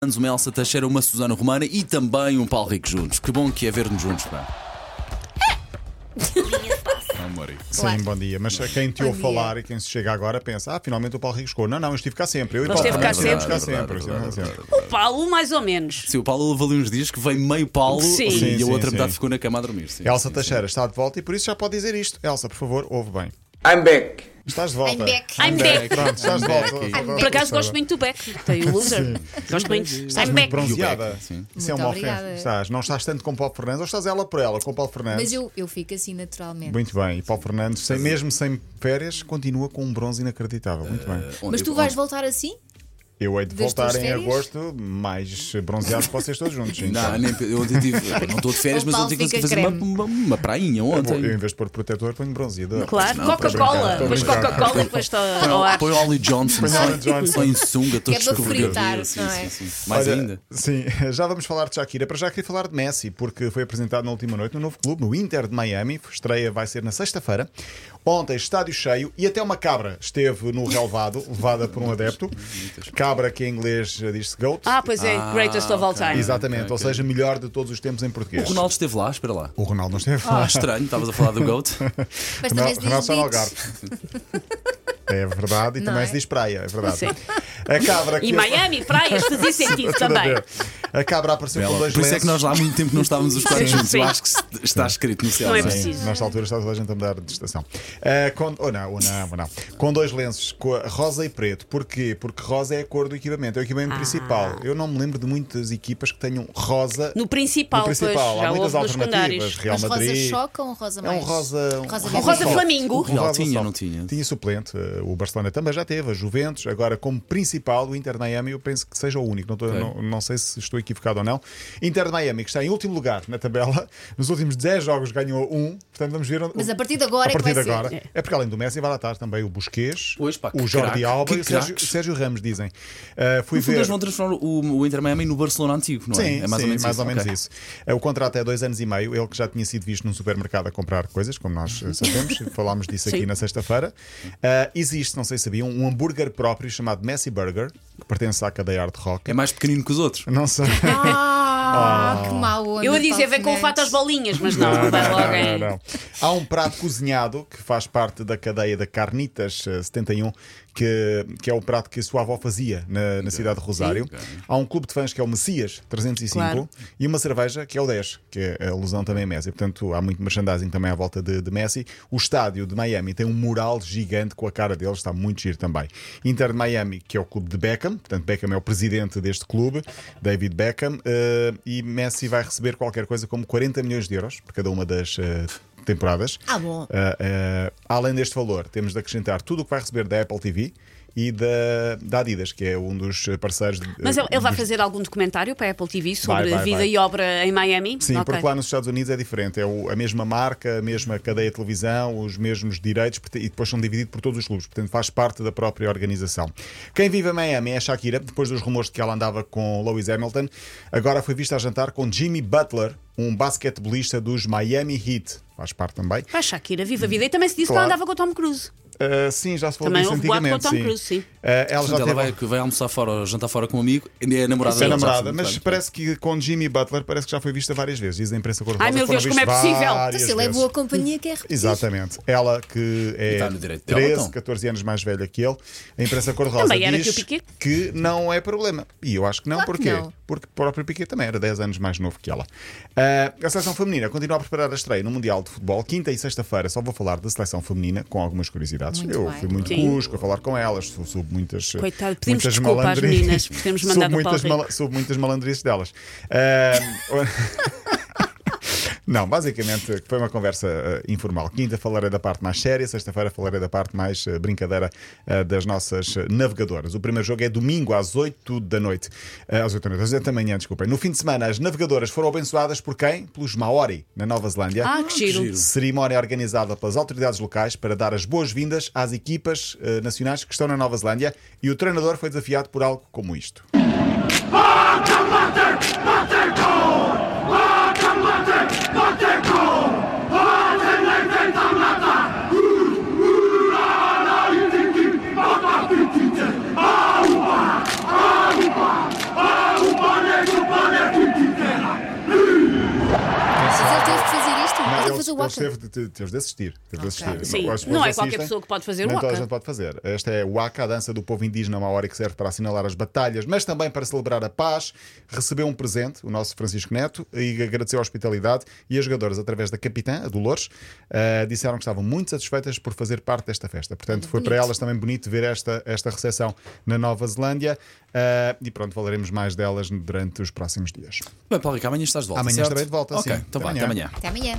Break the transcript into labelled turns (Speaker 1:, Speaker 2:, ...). Speaker 1: anos, uma Elsa Teixeira, uma Susana Romana e também um Paulo Rico juntos. Que bom que é ver-nos juntos, pá. Não, Mori.
Speaker 2: Sim, bom dia. Mas quem te ouve falar e quem se chega agora pensa: ah, finalmente o Paulo Rico chegou. Não, não, eu estive cá sempre. Eu e
Speaker 3: Ele
Speaker 2: Paulo
Speaker 3: esteve cá
Speaker 2: Fernandes estivemos
Speaker 3: sempre.
Speaker 2: cá sempre. estivemos cá sempre.
Speaker 3: Paulo, mais ou menos.
Speaker 1: Sim, o Paulo levou ali uns dias que veio meio Paulo
Speaker 3: Sim.
Speaker 1: e
Speaker 2: Sim,
Speaker 1: a outra
Speaker 2: sim,
Speaker 1: metade
Speaker 2: sim.
Speaker 1: ficou na cama a dormir. Sim,
Speaker 2: Elsa
Speaker 1: sim,
Speaker 2: Teixeira está de volta e por isso já pode dizer isto. Elsa, por favor, ouve bem.
Speaker 4: I'm back.
Speaker 2: Estás de volta.
Speaker 5: I'm back.
Speaker 3: I'm back.
Speaker 2: Pronto, estás de volta.
Speaker 3: Por acaso gosto muito do Beck. Tem o loser. Gosto muito. I'm
Speaker 2: Muito
Speaker 3: back.
Speaker 2: bronzeada.
Speaker 1: Sim.
Speaker 2: Isso é
Speaker 5: Muito
Speaker 2: uma ofensa.
Speaker 5: obrigada.
Speaker 2: Estás, não estás tanto com o Paulo Fernandes, ou estás ela por ela, com o Paulo Fernandes.
Speaker 5: Mas eu, eu fico assim naturalmente.
Speaker 2: Muito bem. E Paulo Fernandes, sem- mesmo sem férias, continua com um bronze inacreditável. Muito bem.
Speaker 1: Onde-
Speaker 5: Mas tu vais voltar assim?
Speaker 2: Eu hei de
Speaker 5: das
Speaker 2: voltar
Speaker 5: tuas
Speaker 2: em
Speaker 5: férias?
Speaker 2: agosto mais bronzeado que vocês todos juntos. gente.
Speaker 1: Não, nem, eu ontem tive, não estou de férias,
Speaker 5: O
Speaker 1: mas
Speaker 5: Paulo
Speaker 1: ontem consegui
Speaker 5: fica
Speaker 1: fazer uma,
Speaker 5: creme.
Speaker 1: uma, uma prainha
Speaker 2: É Bom, eu, em
Speaker 1: ontem.
Speaker 2: vez de pôr protetor, ponho bronzeador.
Speaker 3: Claro.
Speaker 1: Não,
Speaker 3: Coca-Cola.
Speaker 2: estou a
Speaker 3: Depois
Speaker 2: brincar.
Speaker 3: Coca-Cola e depois ao ar.
Speaker 1: Põe o Ollie Johnson,
Speaker 2: Põe o Ollie
Speaker 1: só-
Speaker 2: Johnson.
Speaker 1: só em sunga, todo
Speaker 5: Que é para
Speaker 1: escorregadio.
Speaker 5: fritar,
Speaker 1: Sim,
Speaker 5: não
Speaker 1: sim,
Speaker 5: é?
Speaker 1: sim. Mais
Speaker 2: Olha,
Speaker 1: ainda.
Speaker 2: Sim, já vamos falar de Shakira. Para já queria falar de Messi, porque foi apresentado na última noite no novo clube, no Inter de Miami. Estreia vai ser na sexta-feira. Ontem, estádio cheio e até uma cabra esteve no relvado, levada por um adepto. Cabra que em inglês diz-se goat.
Speaker 3: Ah, pois é. Greatest of all time.
Speaker 2: Exatamente, ou
Speaker 1: Ah, ok.
Speaker 2: seja, melhor de todos os tempos em português.
Speaker 1: O Ronaldo esteve lá, espera lá.
Speaker 2: O Ronaldo não esteve.
Speaker 1: Ah, estranho, estavas a falar do Goat.
Speaker 5: Mas
Speaker 2: Não,
Speaker 5: também se diz
Speaker 2: Renato
Speaker 5: beach.
Speaker 2: Algarve. É verdade, e também
Speaker 5: é?
Speaker 2: se diz praia, é verdade.
Speaker 3: Sim.
Speaker 2: A cabra que
Speaker 3: E Miami, praias, fazia sentido também.
Speaker 2: A cabra apareceu com dois
Speaker 1: Por isso é que nós
Speaker 2: lenços.
Speaker 1: lá há muito tempo não estávamos os quatro
Speaker 3: Sim.
Speaker 1: juntos. Eu
Speaker 3: Sim.
Speaker 1: acho que se- está escrito no céu.
Speaker 3: Não é
Speaker 1: não é?
Speaker 3: preciso.
Speaker 2: Nesta altura está toda a gente a mudar de estação. Ah, com, ou não, ou não, ou não. Com dois lenços, com a rosa e preto. Porquê? Porque rosa é a cor do equipamento, é o equipamento
Speaker 3: Ah.
Speaker 2: principal. Eu não me lembro de muitas equipas que tenham rosa
Speaker 3: No principal,
Speaker 2: no principal.
Speaker 3: pois, já
Speaker 2: Há muitas
Speaker 3: houve
Speaker 2: alternativas.
Speaker 3: nos secundários.
Speaker 2: Real
Speaker 5: Mas rosa
Speaker 2: Madrid.
Speaker 5: choca ou um rosa
Speaker 2: É
Speaker 5: mais?
Speaker 2: um rosa.
Speaker 5: Rosa
Speaker 3: Um rosa
Speaker 5: sol.
Speaker 3: flamingo.
Speaker 2: O
Speaker 1: Real tinha,
Speaker 2: sol.
Speaker 1: não tinha?
Speaker 2: Tinha suplente. eh, O Barcelona também já teve, a Juventus. Agora, como principal, o Inter de Miami, eu penso que seja o único. Não, tô- não- não sei se estou equivocado ou não. Inter de Miami, que está em último lugar na tabela, nos últimos 10 jogos ganhou um. Portanto, vamos ver. onde-
Speaker 5: Mas a partir de agora
Speaker 2: a
Speaker 5: é que
Speaker 2: partir
Speaker 5: vai
Speaker 2: de
Speaker 5: ser.
Speaker 2: agora. É. porque além do Messi, vai lá estar também o Busquets,
Speaker 1: Pois, pá, que
Speaker 2: o Jordi
Speaker 1: craque,
Speaker 2: Alba
Speaker 1: que
Speaker 2: e o Sérgio,
Speaker 1: craques.
Speaker 2: Sérgio Ramos, dizem. Eh, fui
Speaker 1: No fundo,
Speaker 2: ver.
Speaker 1: eles vão transformar o, o Inter Miami no Barcelona antigo, não é? é
Speaker 2: Sim,
Speaker 1: mais
Speaker 2: sim,
Speaker 1: ou menos
Speaker 2: mais
Speaker 1: isso.
Speaker 2: ou menos
Speaker 1: Ok.
Speaker 2: isso. Eh, O contrato é dois anos e meio. Ele que já tinha sido visto num supermercado a comprar coisas, como nós eh, sabemos, falámos disso aqui
Speaker 3: Sim.
Speaker 2: na sexta-feira. Eh, existe, não sei se sabiam, um hambúrguer próprio chamado Messi Burger, que pertence à cadeia Hard Rock.
Speaker 1: É mais pequenino que os outros.
Speaker 2: Não sei.
Speaker 5: Ah, que mau onda.
Speaker 3: Eu ia dizer,
Speaker 5: Paulo
Speaker 3: vem com o fato às
Speaker 5: Fernandes.
Speaker 3: bolinhas, mas não, vai logo. é.
Speaker 2: Não, não. Há um prato cozinhado que faz parte da cadeia da Carnitas eh, 71, que, que é o prato que a sua avó fazia na, na cidade de Rosário. Há um clube de fãs que é o Messias 305
Speaker 3: Claro.
Speaker 2: e uma cerveja que é o 10, que é a alusão também a Messi. Portanto, há muito merchandising também à volta de, de Messi. O estádio de Miami tem um mural gigante com a cara dele, está muito giro também. Inter de Miami, que é o clube de Beckham, portanto, Beckham é o presidente deste clube, David Beckham, eh, e Messi vai receber qualquer coisa como 40 milhões de euros por cada uma das. eh, Temporadas.
Speaker 5: Ah, bom.
Speaker 2: Eh, eh, além deste valor, temos de acrescentar tudo o que vai receber da Apple TV e da, da Adidas, que é um dos parceiros. de-
Speaker 3: Mas ele, ele vai
Speaker 2: dos-
Speaker 3: fazer algum documentário para a Apple TV sobre
Speaker 2: Vai, vai,
Speaker 3: vida
Speaker 2: vai.
Speaker 3: e obra em Miami?
Speaker 2: Sim,
Speaker 3: Ok.
Speaker 2: porque lá nos Estados Unidos é diferente. É o- a mesma marca, a mesma cadeia de televisão, os mesmos direitos porta- e depois são divididos por todos os clubes. Portanto, faz parte da própria organização. Quem vive em Miami é a Shakira, depois dos rumores de que ela andava com Lewis Hamilton. Agora foi vista a jantar com Jimmy Butler, um basquetebolista dos Miami Heat. Faz parte também.
Speaker 3: Vai, Shakira, viva a vida. E também se disse que ela
Speaker 2: Claro.
Speaker 3: andava com o Tom Cruise.
Speaker 2: Ah, sim, já se falou
Speaker 3: Também
Speaker 2: disso
Speaker 3: houve boato com o
Speaker 2: antigamente.
Speaker 3: Tom Cruise, sim.
Speaker 2: Ah, ela já
Speaker 1: Portanto,
Speaker 2: teve
Speaker 1: ela vai, vai almoçar fora, ou jantar fora com um amigo, é a namorada
Speaker 2: Sim,
Speaker 1: dela, já
Speaker 2: namorada,
Speaker 1: sabe,
Speaker 2: mas
Speaker 1: claro.
Speaker 2: parece que com Jimmy Butler parece que já foi vista várias vezes. Diz a imprensa cor-de-rosa.
Speaker 3: Ai, meu
Speaker 2: foram
Speaker 3: Deus, como é
Speaker 2: vistas
Speaker 3: possível?
Speaker 2: várias
Speaker 5: Então, se ele é
Speaker 2: vezes.
Speaker 5: boa companhia, quer repetir.
Speaker 2: Exatamente. Ela que é
Speaker 1: está no direito dela,
Speaker 2: 13,
Speaker 1: então.
Speaker 2: 14 anos mais velha que ele, a imprensa cor-de-rosa
Speaker 3: Também era
Speaker 2: diz
Speaker 3: que o Piquet.
Speaker 2: que não é problema. E eu acho que não,
Speaker 5: Claro que
Speaker 2: porquê?
Speaker 5: não.
Speaker 2: Porque o próprio Piquet também era 10 anos mais novo que ela. Ah, a seleção feminina continua a preparar a estreia no Mundial de Futebol, quinta e sexta-feira. Só vou falar da seleção feminina com algumas curiosidades.
Speaker 5: Muito
Speaker 2: eu
Speaker 5: bem.
Speaker 2: fui muito
Speaker 3: Sim.
Speaker 2: cusco a falar com elas, sou- soube muitas.
Speaker 3: Coitado, pedimos
Speaker 2: muitas
Speaker 3: desculpa às
Speaker 2: malandrices.
Speaker 3: meninas por termos
Speaker 2: Soube
Speaker 3: mandado o
Speaker 2: muitas
Speaker 3: Paulo Rico.
Speaker 2: mala- Soube muitas malandrices delas. Ah, Não, basicamente foi uma conversa eh, informal. Quinta falarei da parte mais séria, sexta-feira falarei da parte mais eh, brincadeira eh, das nossas eh, navegadoras. O primeiro jogo é domingo às 8 da noite. Eh, às 8 da noite, às 8 da manhã, desculpem. No fim de semana, as navegadoras foram abençoadas por quem? Pelos Maori, na Nova Zelândia.
Speaker 3: Ah, que giro.
Speaker 1: giro.
Speaker 2: Cerimónia organizada pelas autoridades locais para dar as boas-vindas às equipas eh, nacionais que estão na Nova Zelândia e o treinador foi desafiado por algo como isto.
Speaker 6: Aruba! Aruba!
Speaker 5: assistir. Pode
Speaker 2: Não, ele,
Speaker 5: fazer o
Speaker 2: ele
Speaker 5: Waka.
Speaker 2: teve, de, te- teve de assistir. Teve de assistir.
Speaker 3: Sim,
Speaker 2: As pessoas
Speaker 3: não é qualquer
Speaker 2: assistem,
Speaker 3: pessoa que pode fazer o
Speaker 2: nem toda a
Speaker 3: Waka.
Speaker 2: gente pode fazer. Esta é o Waka, a dança do povo indígena maori que serve para assinalar as batalhas, mas também para celebrar a paz. Recebeu um presente, o nosso Francisco Neto, e agradeceu a hospitalidade. E as jogadoras, através da capitã, a Dolores, eh, disseram que estavam muito satisfeitas por fazer parte desta festa. Portanto, foi para elas também bonito ver esta, esta recepção na Nova Zelândia. Eh, e pronto, falaremos mais delas durante os próximos dias.
Speaker 1: Bem, Paulo Rico, amanhã estás de volta.
Speaker 2: Amanhã
Speaker 1: certo?
Speaker 2: estarei de volta,
Speaker 1: Ok,
Speaker 2: sim.
Speaker 1: então vá,
Speaker 2: Até
Speaker 1: até amanhã.
Speaker 5: Até amanhã.